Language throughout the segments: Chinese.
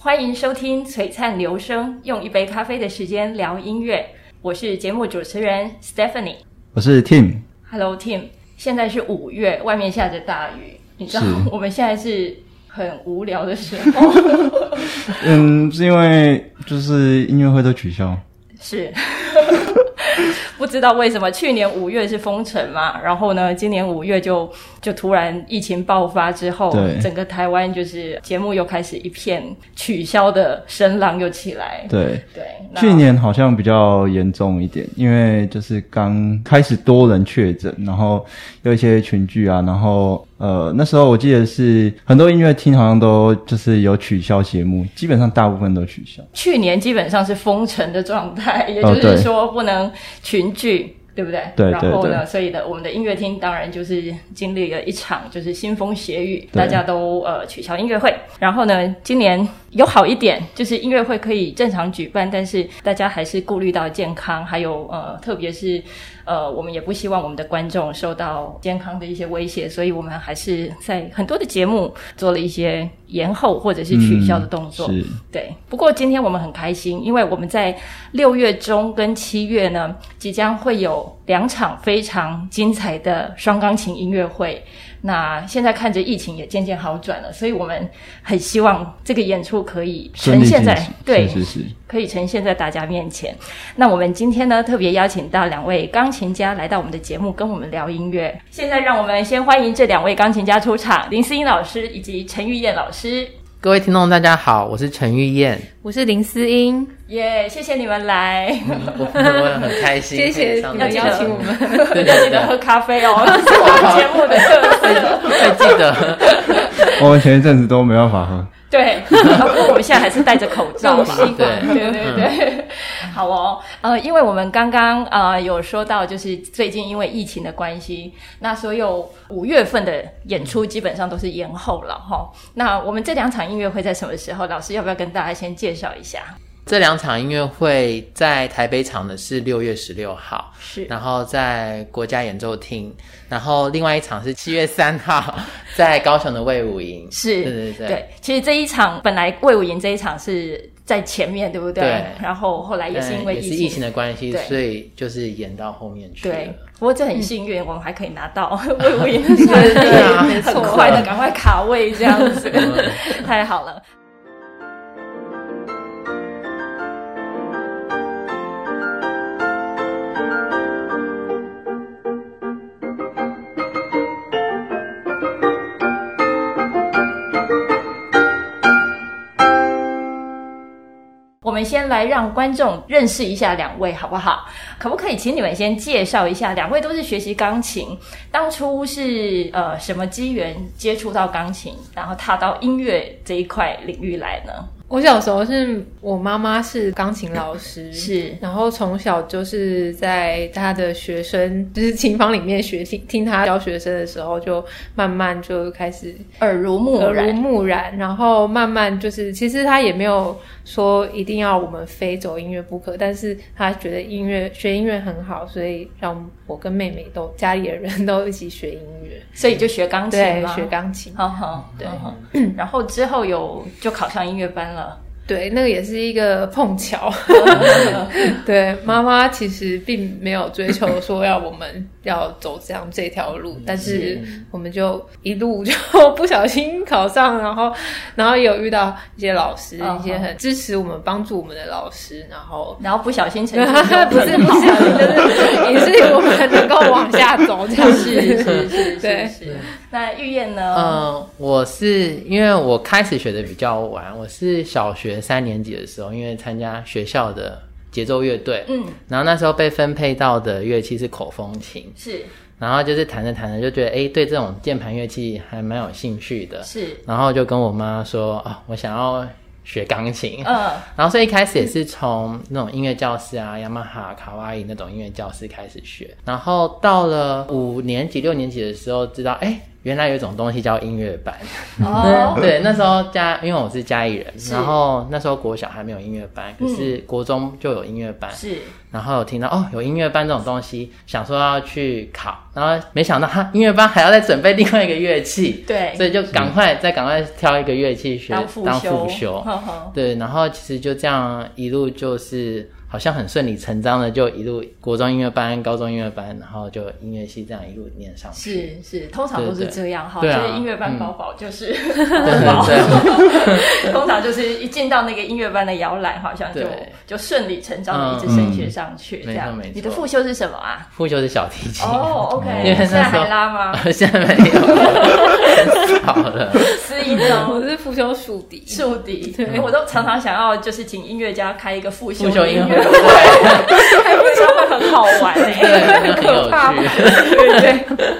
欢迎收听《璀璨流声》，用一杯咖啡的时间聊音乐。我是节目主持人 Stephanie。我是 Tim， Hello Tim，现在是五月，外面下着大雨，你知道是我们现在是很无聊的时 候，嗯，是因为就是音乐会都取消，是。 不知道为什么去年五月是封城嘛，然后呢，今年五月就就突然疫情爆发之后，对整个台湾就是节目又开始一片取消的声浪又起来。对，对，那去年好像比较严重一点，因为就是刚开始多人确诊，然后有一些群聚啊，然后呃那时候我记得是很多音乐厅好像都就是有取消节目，基本上大部分都取消，去年基本上是封城的状态，也就哦是对说不能群聚，对不对？对然后呢，对所以呢，我们的音乐厅当然就是经历了一场就是腥风血雨，对大家都呃取消音乐会。然后呢，今年有好一点，就是音乐会可以正常举办，但是大家还是顾虑到健康，还有呃，特别是呃，我们也不希望我们的观众受到健康的一些威胁，所以我们还是在很多的节目做了一些延后或者是取消的动作。嗯是对，不过今天我们很开心，因为我们在六月中跟七月呢，即将会有两场非常精彩的双钢琴音乐会。那现在看着疫情也渐渐好转了，所以我们很希望这个演出可以顺呈利进现行在对是是是，可以呈现在大家面前。那我们今天呢，特别邀请到两位钢琴家来到我们的节目，跟我们聊音乐。现在让我们先欢迎这两位钢琴家出场，林思颖老师以及陈玉燕老师。各位听众，大家好，我是陈玉 燕，我是林思英，耶谢谢你们来，我我很开心，谢谢你们邀请我们， 对要记得喝咖啡 哦，这是我们节目的特色。会记得， 我们前一阵子都没办法喝，对，不过我们现在还是戴着口罩 嘛。对，对对对，好哦，呃，因为我们刚刚呃有说到，就是最近因为疫情的关系，那所有五月份的演出基本上都是延后了哈。那我们这两场音乐会在什么时候？老师要不要跟大家先介绍一下？这两场音乐会在台北场的是六月十六号，是然后在国家演奏厅，然后另外一场是七月三号 在高雄的魏武营，是，对对对其实这一场本来魏武营这一场是在前面，对不对？对然后后来也是因为嗯也疫是情，疫情的关系对，所以就是演到后面去了。对，不过这很幸运，我们还可以拿到 魏无影的 上映，对啊 没很错快的赶快卡位这样子，太好了。我们先来让观众认识一下两位，好不好？可不可以请你们先介绍一下，两位都是学习钢琴，当初是呃什么机缘接触到钢琴，然后踏到音乐这一块领域来呢？我小时候是我妈妈是钢琴老师，是然后从小就是在她的学生就是琴房里面学听听她教学生的时候，就慢慢就开始耳濡目耳濡染，目染，然后慢慢就是其实她也没有说一定要我们非走音乐不可，但是她觉得音乐学音乐很好，所以让我跟妹妹都家里的人都一起学音乐，所以就学钢琴对，吗？学钢琴。好好，对。然后之后有就考上音乐班了，对，那个也是一个碰巧。哦 对，妈妈其实并没有追求说要我们要走这样这条路，嗯但是我们就一路就不小心考上，然后然后也有遇到一些老师，嗯一些很支持我们、帮助我们的老师，然后。然后不小心成不绩是就不 是，不是就是也是我们能够往下走这样子。是是是是 对是。那玉燕呢？嗯，我是因为我开始学的比较晚，我是小学三年级的时候，因为参加学校的节奏乐队，嗯，然后那时候被分配到的乐器是口风琴，是然后就是弹着弹着就觉得，哎，对这种键盘乐器还蛮有兴趣的，是，然后就跟我妈说，啊、我想要学钢琴，嗯，然后所以一开始也是从那种音乐教室啊，雅马哈、卡哇伊那种音乐教室开始学，然后到了五年级、六年级的时候，知道哎，原来有一种东西叫音乐班。哦，对，那时候嘉，因为我是嘉义人，是嗯然后那时候国小还没有音乐班，可是国中就有音乐班，是然后有听到哦有音乐班这种东西，想说要去考，然后没想到哈音乐班还要再准备另外一个乐器，对所以就赶快再赶快挑一个乐器学当副当修，哦副修，呵呵对，然后其实就这样一路就是好像很顺理成章的，就一路国中音乐班、高中音乐班，然后就音乐系这样一路念上去。是是，通常都是对对这样哈。对啊嗯所以音乐班高保就是， 对对，通常就是一进到那个音乐班的摇篮，好像就对就顺理成章的一直升学嗯上去没这错样没。你的错副修是什么 啊？副修是小提琴，哦，OK，因为那现在时候还拉 吗？现在没有， 很少了。司仪 我中。是辅修属敌，竖笛，我都常常想要，就是请音乐家开一个复修复修的音乐乐会，还不知道会很好 玩欸对很有可怕趣对对对，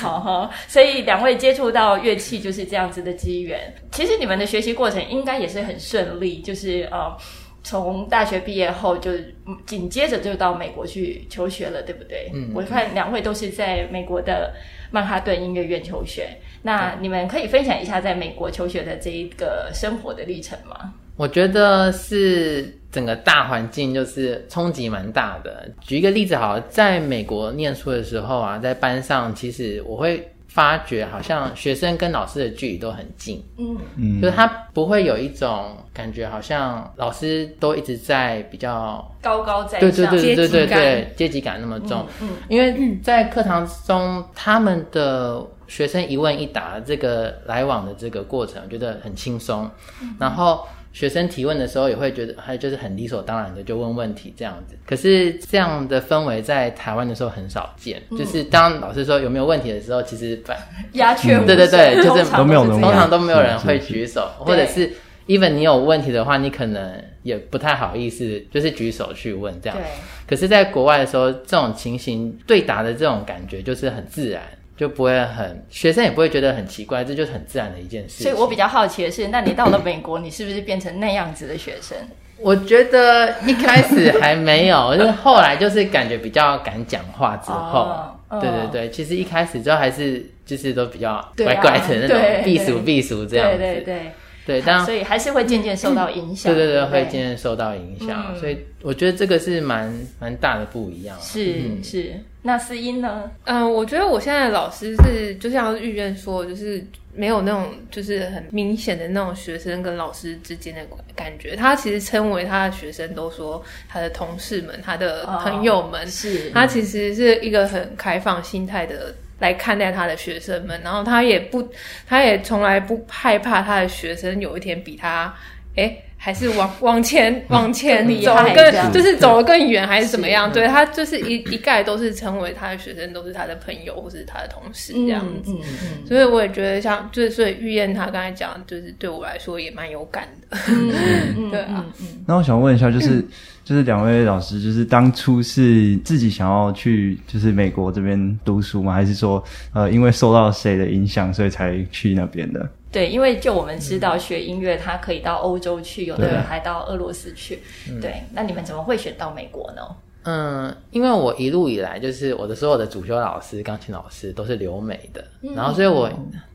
好哈。所以两位接触到乐器就是这样子的机缘。其实你们的学习过程应该也是很顺利，就是呃，从大学毕业后就嗯紧接着就到美国去求学了，对不对？嗯我看两位都是在美国的曼哈顿音乐院求学。那你们可以分享一下在美国求学的这一个生活的历程吗？我觉得是整个大环境就是冲击蛮大的。举一个例子好了，在美国念书的时候啊，在班上其实我会发觉，好像学生跟老师的距离都很近。嗯，嗯就是他不会有一种感觉，好像老师都一直在比较，高高在上，对对对对对阶级感对，阶级感那么重嗯。嗯因为在课堂中，他们的学生一问一答这个来往的这个过程，我觉得很轻松。嗯然后学生提问的时候，也会觉得还就是很理所当然的就问问题这样子。可是这样的氛围在台湾的时候很少见，嗯就是当老师说有没有问题的时候，其实 反鸦雀无声，嗯对对对就通是常都没有人这问样通常都没有人是会是是举手，对或者是 even 你有问题的话，你可能也不太好意思，就是举手去问这样。对。可是，在国外的时候，这种情形对答的这种感觉就是很自然，就不会很学生也不会觉得很奇怪，这就是很自然的一件事情。所以我比较好奇的是，那你到了美国，你是不是变成那样子的学生？我觉得一开始还没有，就是后来就是感觉比较敢讲话 之哦后，嗯对对对，其实一开始之后还是就是都比较对啊乖乖的那对种避暑对避暑这对样子，对对，对，但所以还是会渐渐受到影响。对对对，不会渐渐受到影响，嗯所以我觉得这个是蛮蛮大的不一样啊。是嗯是。那思音呢？嗯，我觉得我现在的老师是，就像玉燕说，就是没有那种就是很明显的那种学生跟老师之间的感觉。他其实称为他的学生，都说他的同事们、他的哦朋友们，是他其实呃是一个很开放心态的来看待他的学生们，然后他也不，他也从来不害怕他的学生有一天比他，哎。还是往往前往 前厉走害得这样更，就是走得更远，还是怎么样？对他就是一一概都是成为他的学生，都是他的朋友或是他的同事这样子。嗯嗯所以我也觉得像，就是所以玉燕她刚才讲，就是对我来说也蛮有感的。嗯嗯，对啊嗯，嗯那我想问一下，就是、就是两位老师，就是当初是自己想要去就是美国这边读书吗？还是说呃因为受到谁的影响，所以才去那边的？对，因为就我们知道学音乐，它可以到欧洲去，有的对人还到俄罗斯去。对，那你们怎么会选到美国呢？嗯，因为我一路以来就是我的所有的主修老师、钢琴老师都是留美的，然后所以我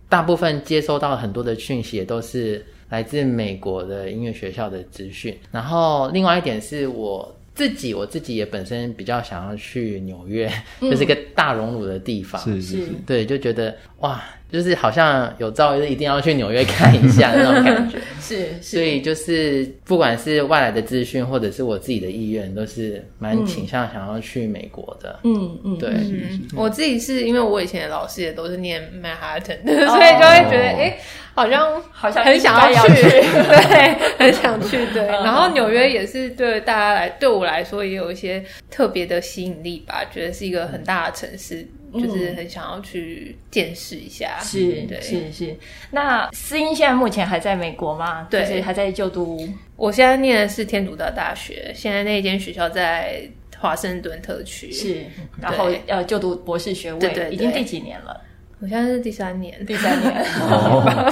大部分接收到很多的讯息也都是来自美国的音乐学校的资讯。然后另外一点是我自己，我自己也本身比较想要去纽约，就是一个大熔炉的地方，是啊是是是，对，就觉得哇，就是好像有朝一日一定要去纽约看一下那种感觉。是所是，以就是，不管是外来的资讯，或者是我自己的意愿，都是蛮倾向想要去美国的。嗯嗯，对，嗯，我自己是因为我以前的老师也都是念曼哈顿的， 所以就会觉得，哎、好像哦好像很想应该要要去 对，很想去，对。嗯然后纽约也是对大家来，对我来说也有一些特别的吸引力吧，觉得是一个很大的城市，就是很想要去见识一下。是嗯对。是是。那思音现在目前还在美国吗？对就是还在就读我现在念的是天主教大学，现在那间学校在华盛顿特区，是，然后呃就读博士学位，对对对已经第几年了？我现在 是第三年，第三年，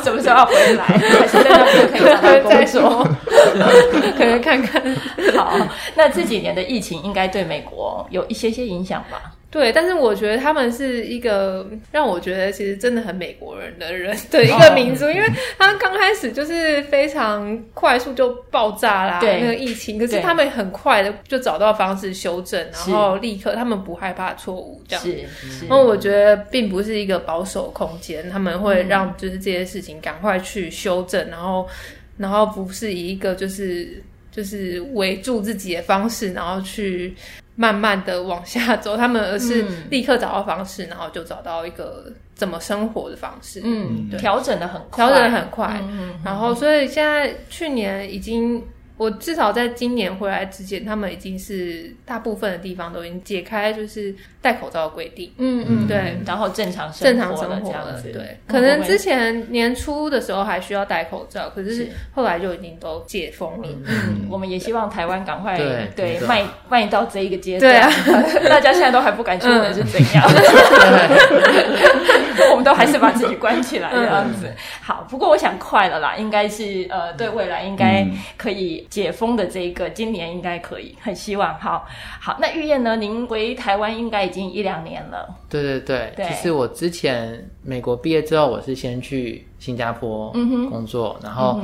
什么时候要回来？ 还是在那边可以找到再工说 作？可能看看。 好，那这几年的疫情应该对美国有一些些影响吧？对，但是我觉得他们是一个让我觉得其实真的很美国人的人的一哦个民族，因为他们刚开始就是非常快速就爆炸啦，对那个疫情，可是对他们很快的就找到方式修正，然是后立刻他们不害怕错误这样子。是是，那哦我觉得并不是一个保守空间，他们会让就是这些事情赶快去修正，然后然后不是以一个就是就是围住自己的方式，然后去慢慢的往下走，他们而是嗯立刻找到方式，然后就找到一个怎么生活的方式，嗯，对调整的很快调整得很快，嗯然后所以现在去年已经。我至少在今年回来之前，他们已经是大部分的地方都已经解开就是戴口罩的规定，嗯嗯对然后正常正常生了这活样子，对，嗯可能我之们前年初的时候还需要戴口罩，可是是后来就已经都解封了。嗯，我们也希望台湾赶快对对没错迈迈到这一个阶段。对啊， 嗯大家现在都还不敢出门是怎样？ 我们都还是把自己关起嗯来这样子。好，不过我想快了啦，应该是呃，对未来应该嗯可以解封的这一个，今年应该可以，很希望。好，好，那玉燕呢？您回台湾应该已经一两年了， 对对对，对其实我之前美国毕业之后，我是先去新加坡嗯工作，然后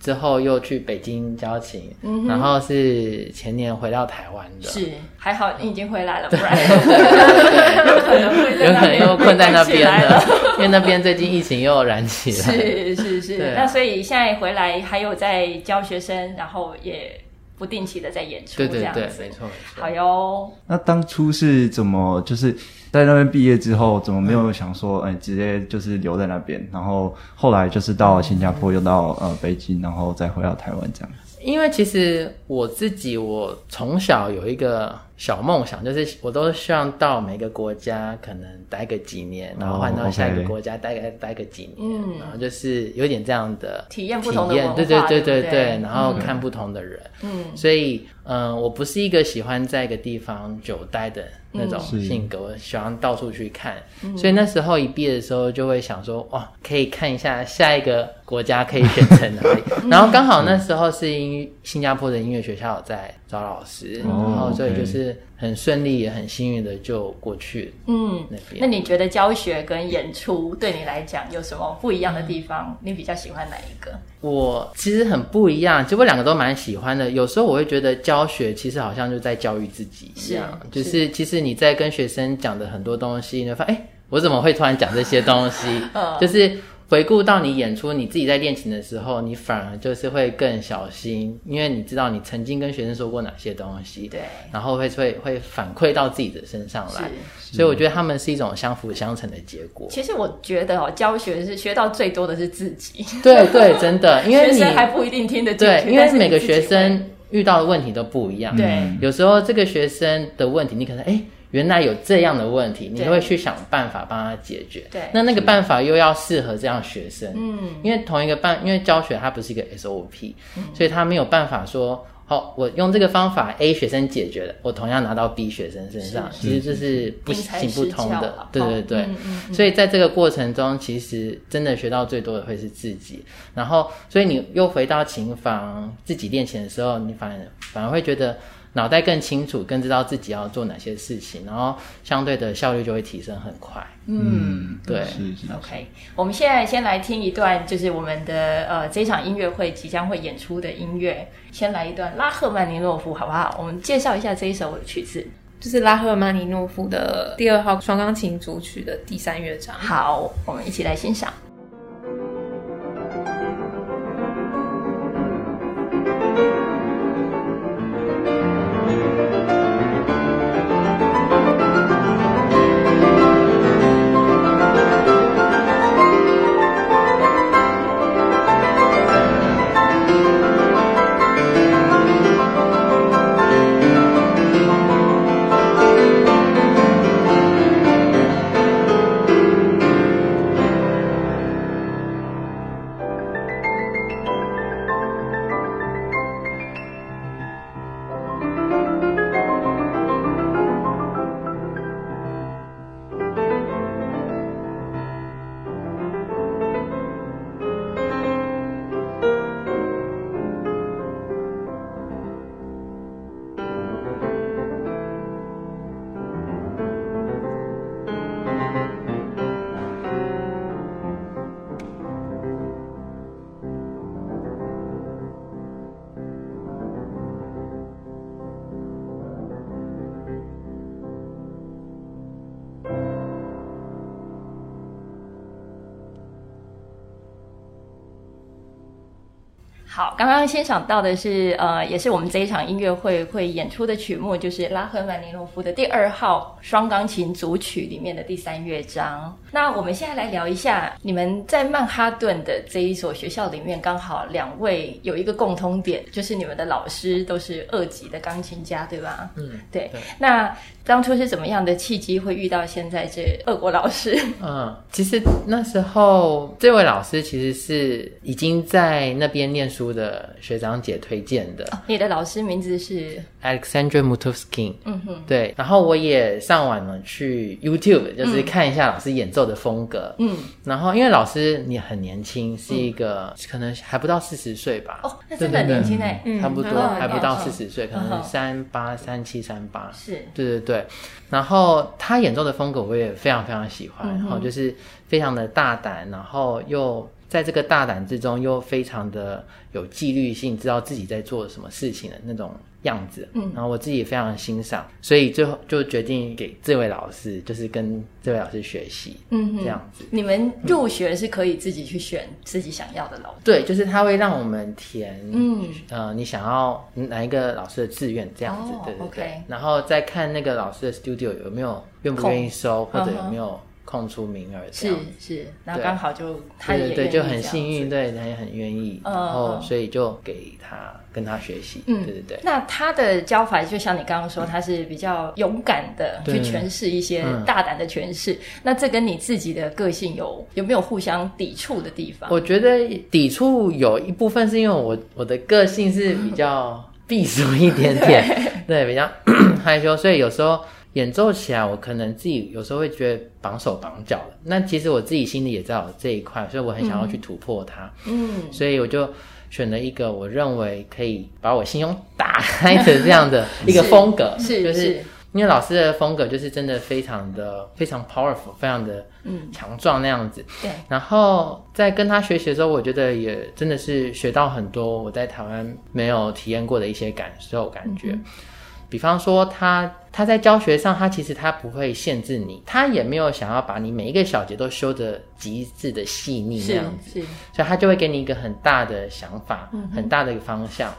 之后又去北京交情，然后是前年回到台湾的，嗯是还好你已经回来了，不然 有可能会在有那可能边又困在被关那起 边啊来了，因为那边最近疫情又燃起来。是是是，对啊那所以现在回来还有在教学生，然后也不定期的在演出对这对样对，子没。错没错好。哟，那当初是怎么就是在那边毕业之后，怎么没有想说，哎、直接就是留在那边？然后后来就是到新加坡，又到呃北京，然后再回到台湾这样。因为其实我自己，我从小有一个小梦想，就是我都希望到每个国家可能待个几年，然后换到下一个 OK 国家待个待个几年，嗯然后就是有点这样的体验不同的体验文化对对对对不对对然后看不同的人，嗯，所以嗯、呃我不是一个喜欢在一个地方久待的那种嗯性格，我喜欢到处去看，嗯所以那时候一毕业的时候就会想说，哇，可以看一下下一个国家可以选成哪 里。然后刚好嗯那时候是因新加坡的音乐学校在找老师，哦然后所以 OK 就是很顺利也很幸运的就过去嗯，那那边。你觉得教学跟演出对你来讲有什么不一样的地方？你比较喜欢哪一个？我其实很不一样，其实我两个都蛮喜欢的。有时候我会觉得教学其实好像就在教育自己一样，是就是其实你在跟学生讲的很多东西，你会发现，哎、我怎么会突然讲这些东 西？嗯就是回顾到你演出，你自己在练琴的时候，你反而就是会更小心，因为你知道你曾经跟学生说过哪些东西，对，然后会会会反馈到自己的身上来是。所以我觉得他们是一种相辅相成的结果。其实我觉得哦，教学是学到最多的是自己， 对对，真的，因为学你生还不一定听得进对去，，因但为是每个你自己学会生遇到的问题都不一样。嗯对，有时候这个学生的问题，你可能哎。诶原来有这样的问题，你对会去想办法帮他解决。对那那个办法又要适合这样学生，嗯，因为同一个办，因为教学它不是一个 SOP，、所以他没有办法说，哦，我用这个方法 A 学生解决了，我同样拿到 B 学生身上，是其实这是不因材行不施通教的了。对哦对对，嗯嗯所以在这个过程中，其实真的学到最多的会是自己。然后，所以你又回到琴房自己练琴的时候，你反反而会觉得脑袋更清楚，更知道自己要做哪些事情，然后相对的效率就会提升很快。嗯，对是是 OK，我们现在先来听一段，就是我们的呃这场音乐会即将会演出的音乐，先来一段拉赫曼尼诺夫，好不好？我们介绍一下这一首曲子。就是拉赫曼尼诺夫的第二号双钢琴组曲的第三乐章。好，我们一起来欣赏。 Thank 好，刚刚欣赏到的是，呃，也是我们这一场音乐会会演出的曲目，就是拉赫曼尼诺夫的第二号双钢琴组曲里面的第三乐章。那我们现在来聊一下，你们在曼哈顿的这一所学校里面，刚好两位有一个共通点，就是你们的老师都是二级的钢琴家，对吧？嗯，对对。那当初是怎么样的契机会遇到现在这俄国老师？ 嗯，其实那时候这位老师其实是已经在那边念书的学长姐推荐的、你的老师名字是， Alexandra Mutovskin。嗯哼，对，然后我也上网了去 YouTube，就是看一下老师演奏的风格。嗯，然后因为老师你很年轻，是一个、可能还不到四十岁吧。哦，那真的很年轻哎、嗯差不多嗯还不到嗯四十岁，可嗯能三八、三七、三八。是，对对对，然后他演奏的风格我也非常非常喜嗯欢，然后就是非常的大胆，然后又在这个大胆之中又非常的有纪律性，知道自己在做什么事情的那种样子。嗯然后我自己也非常欣赏，所以最后就决定给这位老师，就是跟这位老师学习。嗯哼这样子。你们入学是可以自己去选自己想要的老师，对，就是他会让我们填，嗯，呃，你想要哪一个老师的志愿这样子，哦对对对 OK 然后再看那个老师的 studio 有没有愿不愿意收，或空者嗯有哼没有空出名额这是样子。是，然后对刚好就他对也愿对对，意就这很样子幸运，对，他也很愿意，嗯然后嗯所以就给他跟他学习，嗯对对对，那他的教法就像你刚刚说，他是比较勇敢的去对诠释一些嗯大胆的诠释。那这跟你自己的个性有有没有互相抵触的地方？我觉得抵触有一部分是因为我我的个性是比 较避俗一点点，对，比较 害羞，所以有时候演奏起来，我可能自己有时候会觉得绑手绑脚的。那其实我自己心里也知道有这一块，所以我很想要去突破它，嗯，所以我就。选了一个我认为可以把我心胸打开的这样的一个风 格，是就是因为老师的风格就是真的非常的非常 powerful，非常的嗯强壮那样子。对，然后在跟他学习的时候，我觉得也真的是学到很多我在台湾没有体验过的一些感受感觉。比方说他他在教学上，他其实他不会限制你，他也没有想要把你每一个小节都修得极致的细腻那是样子，是，所以他就会给你一个很大的想法，很大的一个方向。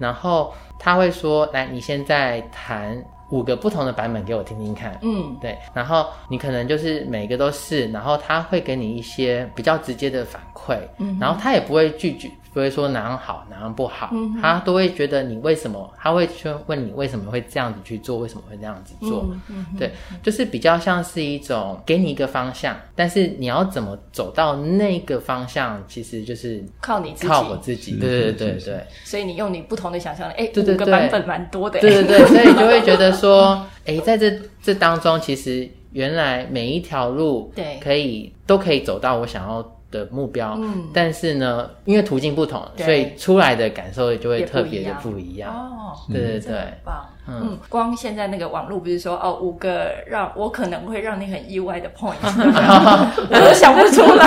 然后他会说：“来，你现在弹五个不同的版本给我听听看。”嗯对，然后你可能就是每个都是，然后他会给你一些比较直接的反馈，嗯然后他也不会拒绝，不会说哪样好哪样不好，嗯他都会觉得你为什么，他会去问你为什么会这样子去做，为什么会这样子做，嗯嗯对，就是比较像是一种给你一个方向，但是你要怎么走到那个方向，其实就是靠你自己靠我自己，对对对对对。所以你用你不同的想象力，哎，对对五个对版本蛮多的，对对对，所以就会觉得说，诶，在这这当中，其实原来每一条路，对可以都可以走到我想要的目标，嗯但是呢，因为途径不同，对所以出来的感受就会也不特别的一样不一样。哦，对对真的很对，棒。嗯嗯，光现在那个网络不是说哦，五个让我可能会让你很意外的 point，我都想不出来。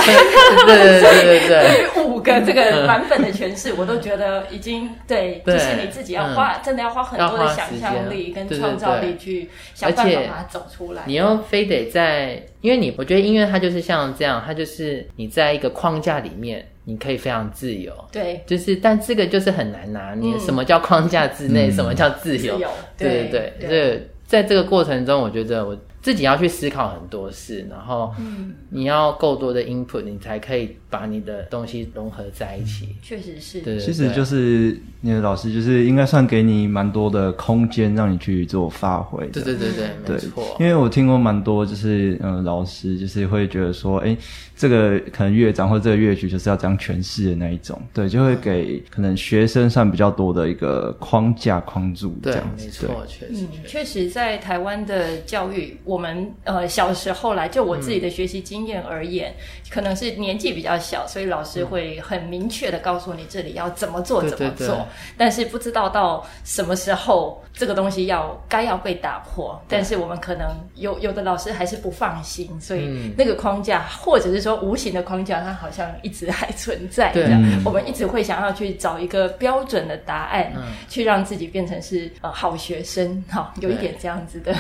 对 对对对对。对于五个这个版本的诠释，我都觉得已经对，对嗯就是你自己要花，真的要花很多要的花想象力时间跟创造对力对对去想办法而且把它走出来。你又非得在，因为你我觉得音乐它就是像这样，它就是你在一个框架里面，你可以非常自由，对就是，但这个就是很难拿捏。嗯什么叫框架之内？嗯什么叫自由？自由对对对对对。所以在这个过程中，我觉得我自己要去思考很多事，然后嗯你要够多的 input，你才可以把你的东西融合在一起。确实是，对，对其实对就是你的老师，就是应该算给你蛮多的空间，让你去做发挥的。对对对对对，没错， 因为我听过蛮多，就是嗯、呃老师就是会觉得说，哎，这个可能乐章或者这个乐曲就是要这样诠释的那一种，对，就会给可能学生算比较多的一个框架框住这对，样没子，对，错，确实嗯， 确确实，实，在台湾的教育，我们呃小时候来，就我自己的学习经验而言，可能是年纪比较小，所以老师会很明确的告诉你这里要怎么做，嗯对怎么做。对对但是不知道到什么时候，这个东西要该要被打破。但是我们可能有有的老师还是不放心，所以嗯那个框架，或者是说无形的框架，它好像一直还存在对这样嗯我们一直会想要去找一个标准的答案，嗯嗯 去让自己变成是呃好学生，哈、有一点这样子的、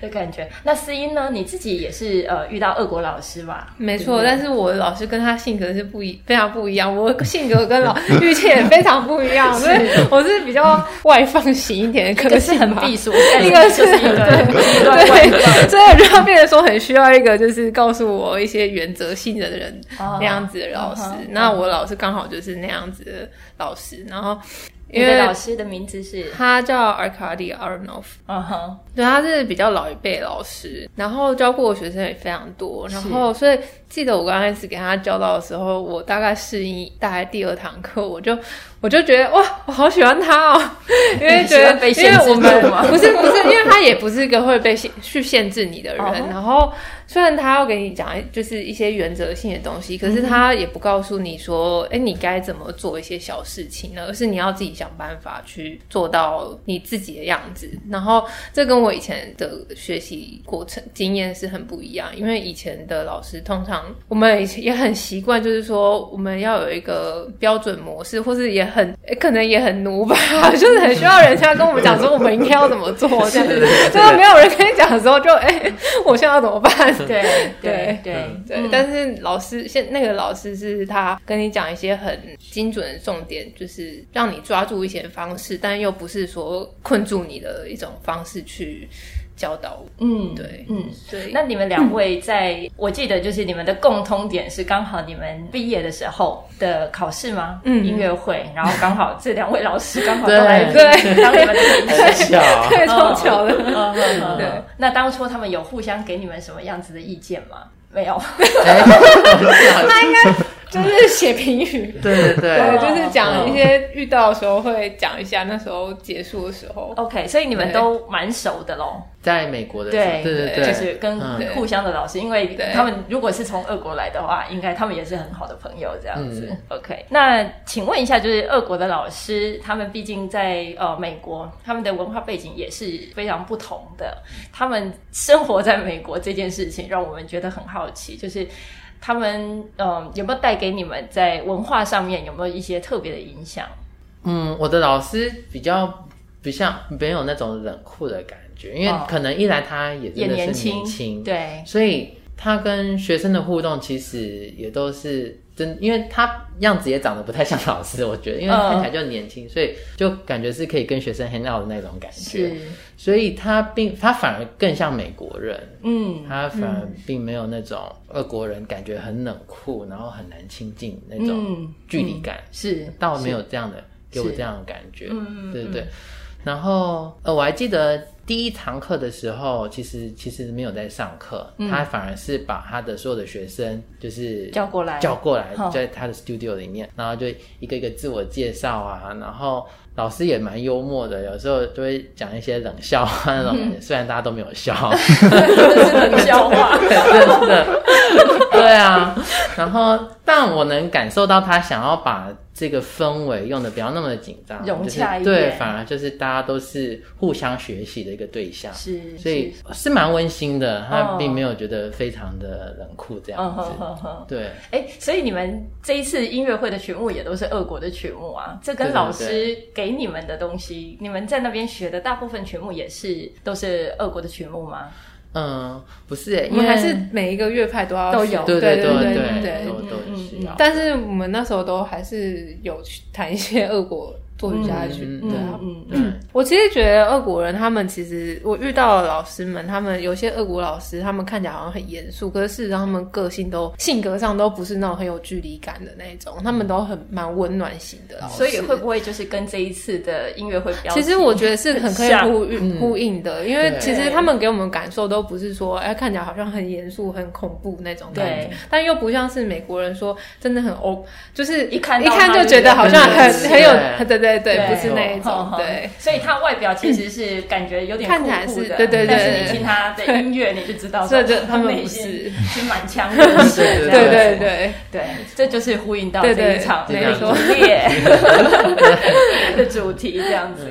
的感觉。那思音呢？你自己也是呃遇到俄国老师吧？没对不错，对但是我老师跟他性格是不一非常不一样，我性格 跟老玉倩也非常不一样，所以我是比较外放型一点的一个个性是很吧避暑，但 一个就是是一个一段外 对，所以我就变得说很需要一个就是告诉我一些原则性的人、哦那样子的老师嗯哼。那我老师刚好就是那样子的老师，然后你因的为老师的名字是，他叫 Arkady Aronov，嗯哼，对，他是比较老一辈老师，然后教过我学生也非常多，然是后所以记得我刚开始给他教到的时候，我大概适应大概第二堂课，我就我就觉得哇，我好喜欢他哦，因为觉喜得欢被因限为制我们住吗不是不是，因为他也不是一个会被限去限制你的人啊哦，然后虽然他要给你讲就是一些原则性的东西，可是他也不告诉你说，哎、你该怎么做一些小事情呢？而是你要自己想办法去做到你自己的样子。然后这跟我以前的学习过程经验是很不一样，因为以前的老师通常我们以前也很习惯，就是说我们要有一个标准模式，或是也很、诶可能也很奴吧， 就是很需要人家跟我们讲说我们应该要怎么做这样子。 就是 没有人跟你讲的时候就，哎，我现在要怎么办？对对对对 对，但是老师现那个老师是他跟你讲一些很精准的重点，就是让你抓住一些方式，但又不是说困住你的一种方式去教导我。嗯对嗯。对，那你们两位在，我记得就是你们的共通点是刚好你们毕业的时候的考试吗？嗯音乐会，然后刚好这两位老师刚好都对来对当你们的评很审。巧， 对，超巧的。嗯嗯嗯嗯对那当初他们有互相给你们什么样子的意见吗？没有。 哎，他应该就是写评语 嗯对对对，对，就是讲一些遇到的时候会讲一下，那时候结束的时候， OK，所以你们对都蛮熟的喽。在美国的时候，对对对对，就是跟嗯互相的老师，因为对他们如果是从俄国来的话，应该他们也是很好的朋友这样子。嗯 OK，那请问一下，就是俄国的老师，他们毕竟在呃美国，他们的文化背景也是非常不同的。他们生活在美国这件事情，让我们觉得很好奇，就是。他们嗯，有没有带给你们在文化上面有没有一些特别的影响？嗯，我的老师比较不像没有那种冷酷的感觉，因为哦可能一来他也也真的是年年轻，对，所以他跟学生的互动其实也都是真，因为他样子也长得不太像老师，我觉得，因为嗯看起来就年轻，所以就感觉是可以跟学生 hang out 的那种感觉，是，所以他并他反而更像美国人。嗯，他反而并没有那种俄国人感觉很冷酷，然后很难亲近那种嗯距离感，是， 倒没有这样的给我是这样的感觉，嗯嗯对嗯对。然后呃，我还记得第一堂课的时候，其实其实没有在上课，他反而是把他的所有的学生就是嗯叫过来叫过来好，在他的 studio 里面，然后就一个一个自我介绍啊，然后老师也蛮幽默的，有时候就会讲一些冷笑话那种感嗯觉，虽然大家都没有笑，这是冷笑话。 真的，对啊。然后，但我能感受到他想要把这个氛围用的不要那么的紧张，融洽一就是对，点反而就是大家都是互相学习的一个对象，是，所以是是蛮温馨的。他哦并没有觉得非常的冷酷这嗯样哼子，哼哼。对。哎，所以你们这一次音乐会的曲目也都是俄国的曲目啊，这跟对对老师给你们的东西，你们在那边学的大部分曲目也是都是俄国的曲目吗？嗯，不是欸，因我们为还是每一个乐派都要嗯都学有对对对对对对都都嗯需嗯要。但是我们那时候都还是有去谈一些俄国作曲家的曲，嗯对啊。嗯对我其实觉得俄国人他们其实，我遇到的老师们，他们有些俄国老师，他们看起来好像很严肃，可是事实上他们个性都性格上都不是那种很有距离感的那一种，他们都很蛮温暖型的老师。所以会不会就是跟这一次的音乐会标题？其实我觉得是很可以像呼应呼应的，因为对其实他们给我们感受都不是说，哎，看起来好像很严肃、很恐怖那种感觉对，但又不像是美国人说真的很欧，就是一看一到看他就就觉得好像很觉得很有，对对对对，对哦不是那一哼种，哼对，所以他外表其实是感觉有点看酷起来酷是的，对对对但是对你听他的音乐，你就知道所说，以就他们已不经是是满腔热血，这对 对样子对对。对，这就是呼应到对这一对场没美错烈 的主题，这样子。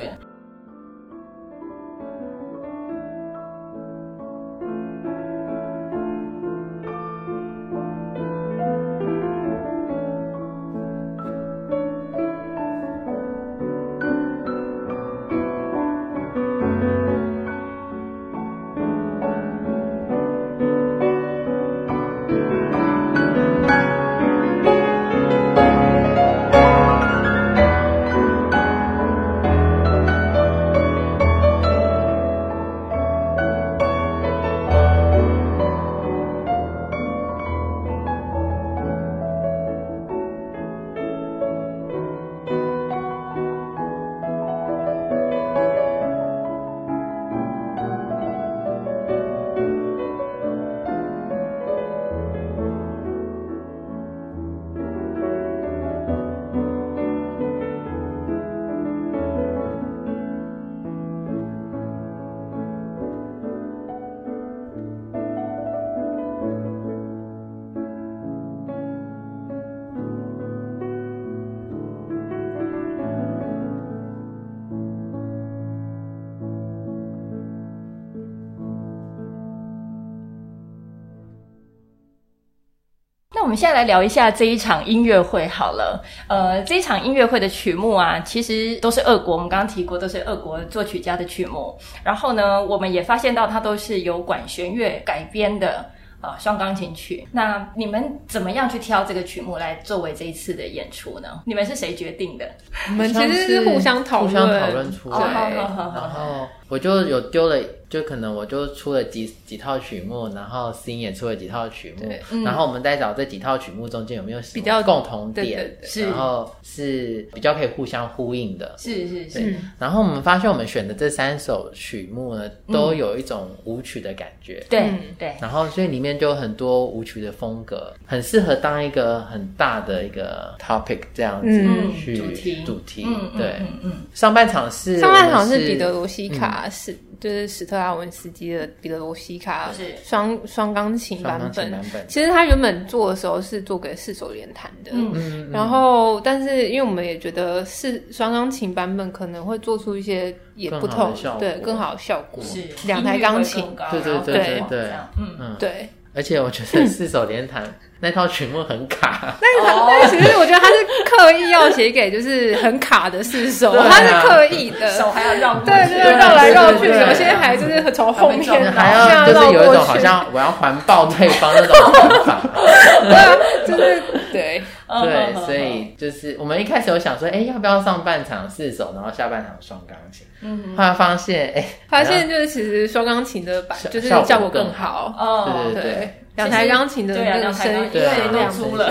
我们现在来聊一下这一场音乐会好了。呃，这一场音乐会的曲目啊，其实都是俄国，我们刚刚提过，都是俄国作曲家的曲目。然后呢，我们也发现到它都是由管弦乐改编的。啊，双钢琴曲。那你们怎么样去挑这个曲目来作为这一次的演出呢？你们是谁决定的？我们其实是互相讨互论，相讨论出哦好来，好好好然后我就有丢了，就可能我就出了几几套曲目，然后 Sing 也出了几套曲目对，然后我们再找这几套曲目中间有没有什么嗯比较共同对对点对，是然后是比较可以互相呼应的。是是是，嗯，然后我们发现我们选的这三首曲目呢，都有一种舞曲的感觉。对嗯对，然后，所以里面就有很多舞曲的风格，很适合当一个很大的一个 topic 这样子嗯去主题主题嗯嗯对，嗯嗯，上半场是上半场我们是是彼得罗西卡，是、就是史特拉文斯基的彼得罗西卡是双双钢琴双版钢琴本。版本，其实他原本做的时候是做给四手联弹的，嗯嗯然后但是因为我们也觉得是双钢琴版本可能会做出一些也不更好同的效，果对更好的效果，是两台钢琴音域会更高然对对后对更对广对这样嗯。嗯，对。而且我觉得四手联弹那套曲目很卡，嗯 但其实我觉得他是刻意要写给就是很卡的四手，对啊他是刻意手的，还要绕过去，对对对，对绕来绕去，对对对有些还就是从后面还没然撞后还这样要就是有一种绕过好去，像我要环抱对方那种想法。 对啊，就是对，嗯对嗯，嗯所以就是我们一开始有想说，哎，要不要上半场四手，然后下半场双钢琴？嗯后来发现，哎，发现就是其实双钢琴的版效就是效果效果更更好，哦对对对，两台钢琴的对啊，那个两台声钢音琴对啊谁都租了，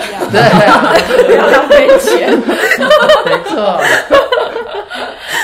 对，不要浪费钱。 没错，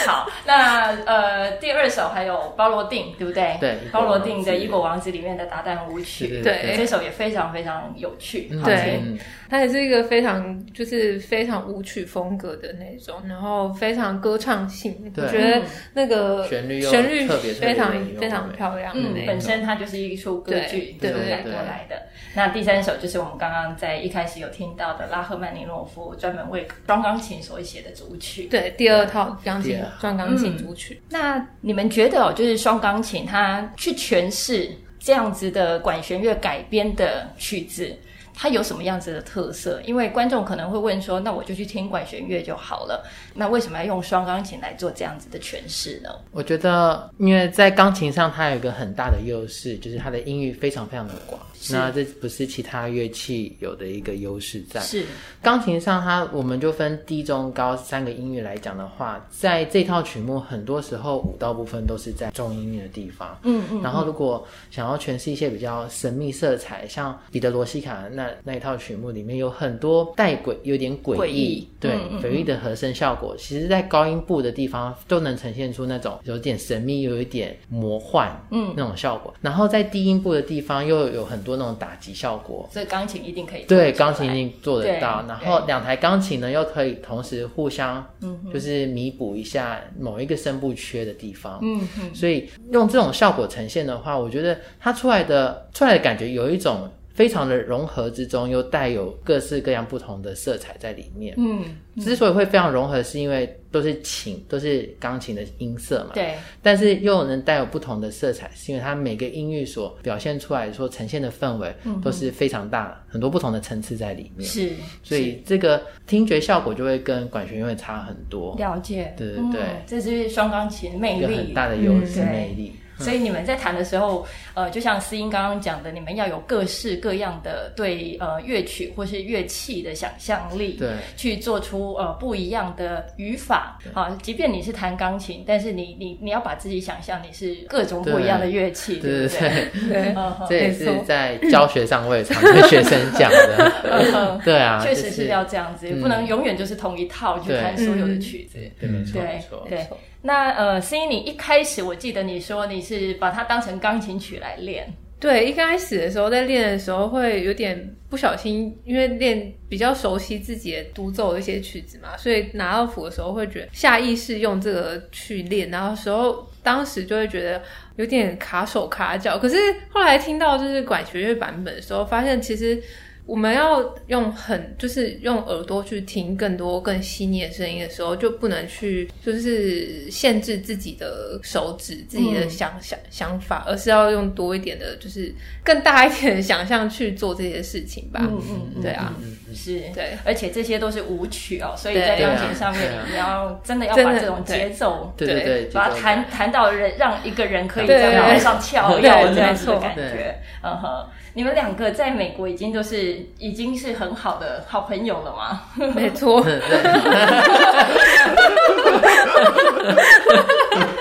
好，那呃，第二首还有包罗定，对不对？对包罗定的《一一国国王子》里面的达旦舞曲，对这首也非常非常有趣。嗯对嗯它也是一个非常就是非常舞曲风格的那种，然后非常歌唱性，对嗯我觉得那个旋律又旋律特别特别非常有用非常漂亮的嗯那，本种。身它就是一出歌剧对所对改过来的。那第三首就是我们刚刚在一开始有听到的拉赫曼尼诺夫专门为双钢琴所写的组曲。对，第二套钢第琴二嗯双钢琴组曲，那你们觉得、哦，就是双钢琴它去诠释这样子的管弦乐改编的曲子，它有什么样子的特色？因为观众可能会问说，那我就去听管弦乐就好了，那为什么要用双钢琴来做这样子的诠释呢？我觉得，因为在钢琴上它有一个很大的优势，就是它的音域非常非常的广。那这不是其他乐器有的一个优势在。是，钢琴上它，我们就分低、中、高三个音域来讲的话，在这套曲目很多时候舞蹈部分都是在中音域的地方。嗯嗯，然后，如果想要诠释一些比较神秘色彩，像彼得罗西卡那那一套曲目里面有很多带诡，有点诡诡异异，对嗯嗯诡异的和声效果，其实在高音部的地方都能呈现出那种有点神秘，有一点魔幻，嗯那种效果。然后在低音部的地方又有很多那种打击效果，所以钢琴一定可以做对，出来钢琴已经做得到对，然后两台钢琴呢又可以同时互相嗯，就是弥补一下某一个声部缺的地方。嗯嗯，所以用这种效果呈现的话，我觉得它出来的出来的感觉有一种非常的融合之中，又带有各式各样不同的色彩在里面。嗯，之所以会非常融合，是因为都是琴，都是钢琴的音色嘛。对，但是又能带有不同的色彩，是因为它每个音域所表现出来、所呈现的氛围都是非常大，很多不同的层次在里嗯面，是，所以这个听觉效果就会跟管弦乐差很多，了解，对对嗯对这就是双钢琴一魅个力很大的优势嗯对魅力。 所以你们在弹的时候，呃，就像思音刚刚讲的，你们要有各式各样的对呃乐曲或是乐器的想象力，对，去做出呃不一样的语法啊。即便你是弹钢琴，但是你你你要把自己想象你是各种不一样的乐器，嗯对对不对对，对，嗯哼 这也没是错在教学上我也常跟学生讲的。 嗯对啊，确就实是要这样子，嗯不能永远就是同一套去对弹所有的曲子。对，没错没对错。对，那呃，思音，你一开始我记得你说你是把它当成钢琴曲来练，对，一开始的时候在练的时候会有点不小心，因为练比较熟悉自己的独奏的一些曲子嘛，所以拿到谱的时候会觉得下意识用这个去练，然后时候当时就会觉得有点卡手卡脚。可是后来听到就是管弦乐版本的时候，发现其实我们要用很就是用耳朵去听更多更细腻的声音的时候，就不能去就是限制自己的手指、自己嗯的想想想法，而是要用多一点的，就是更大一点的想象去做这些事情吧。嗯嗯嗯对啊，是对，而且这些都是舞曲哦，所以对在钢对啊琴上面对啊你要真的要真把的这种对节奏对对对，把它节奏弹弹到人，让一个人可以对在台上跳跃对这样对子没的错感觉对。嗯哼，你们两个在美国已经就是已经是很好的好朋友了吗？嗯没 错，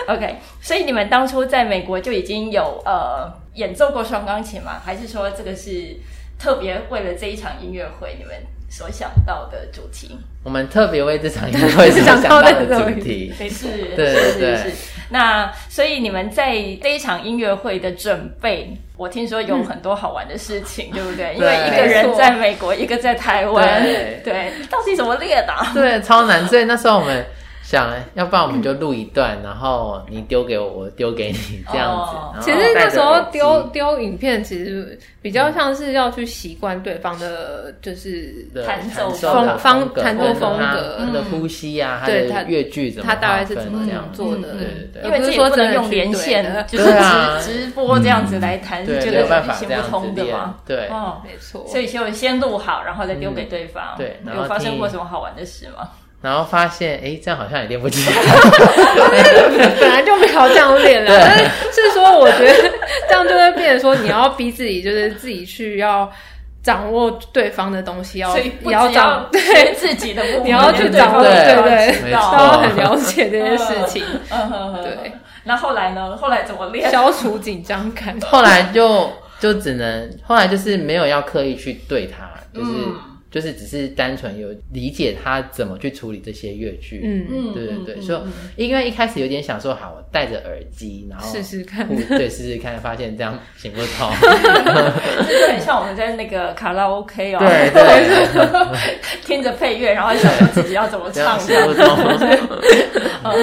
OK，所以你们当初在美国就已经有呃演奏过双钢琴吗？还是说这个是特别为了这一场音乐会你们所想到的主题？我们特别为这场音 乐会想到的主题，没事，对是对是是。那所以你们在这一场音乐会的准备，我听说有很多好玩的事 情，对不对？因为一个没人错在美国，一个在台湾，对对，到底怎么练的啊、 对，超难。所以那时候我们想，要不然我们就录一段，然后你丢给我，我丢给你，这样子。哦然后其实那时候戴着耳机丢丢影片，其实比较像是要去习惯对方的，就是对弹奏奏的风风格弹奏或者风他格嗯他的呼吸啊，他对他的乐句怎么他大概是划分怎么这样做的。对嗯对对因为这也不能用连线，就是对啊直直播这样子来谈，对，这没有个办是法行这样不通子的练嘛。对，哦，没错， 所以就先录好，然后再丢给对方。对然后有发生听过什么好玩的事吗？然后发现哎，这样好像也练不 起来。本来就没有这样练啊了，对但 是是说，我觉得这样就会变成说，你要逼自己，就是自己去要掌握对方的东西，要所以不也只哦要要 掌，对自己的部分，你要去连掌方握，的对都要对，知对没道错都要很了解这件事 情，嗯哼哼对。那后来呢？后来怎么练？消除紧张感。后来就就只能，后来就是没有要刻意去对他，就是、嗯就是只是单纯有理解他怎么去处理这些乐句。嗯，嗯对对对，嗯所嗯以因为一开始有点想说，好，我戴着耳机，然后试试看互对，试试看，发现这样行不通。这就很像我们在那个卡拉 OK 哦，对对，听着配乐，然后想着自己要怎么这样 唱。行不通。嗯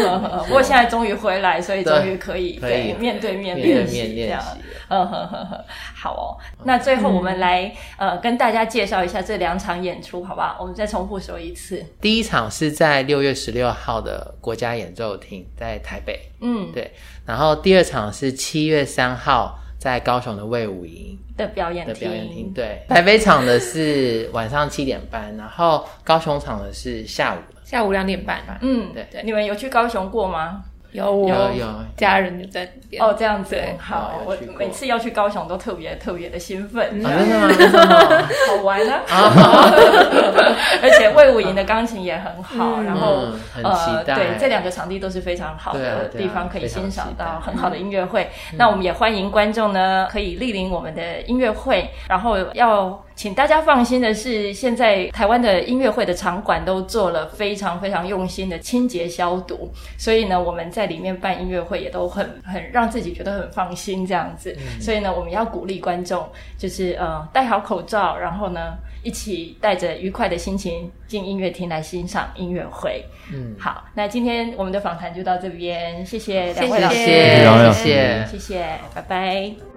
嗯嗯不过现在终于回来，所以终于可以可以对面对面面对习面这练样习。嗯呵呵呵， 好哦。那最后我们来、嗯呃跟大家介绍一下这两场演出，好不好？我们再重复说一次。第一场是在六月十六号的国家演奏厅，在台北。嗯，对，然后第二场是七月三号在高雄的魏武营。的表演的表演厅，厅。对，台北场的是晚上七点半，然后高雄场的是下午的下午两点半嗯，对你们有去高雄过吗？有我有有家人就在那边哦，，这样子对，好，有我有去过每次要去高雄都特别特别的兴奋，啊，真的吗真的吗？好玩啊！ 而且魏武营的钢琴也很好，嗯然后嗯很呃，期待对，这两个场地都是非常好的对啊地方，可以非常欣赏期到待嗯很好的音乐会。那我们也欢迎观众呢，可以莅临我们的音乐会。然后要请大家放心的是，现在台湾的音乐会的场馆都做了非常非常用心的清洁消毒，所以呢，我们在里面办音乐会也都很很让自己觉得很放心这样子。嗯所以呢，我们要鼓励观众，就是呃戴好口罩，然后呢一起带着愉快的心情进音乐厅来欣赏音乐会。嗯，好，那今天我们的访谈就到这边，谢谢两位老谢师，谢谢谢谢谢谢。谢谢，拜拜。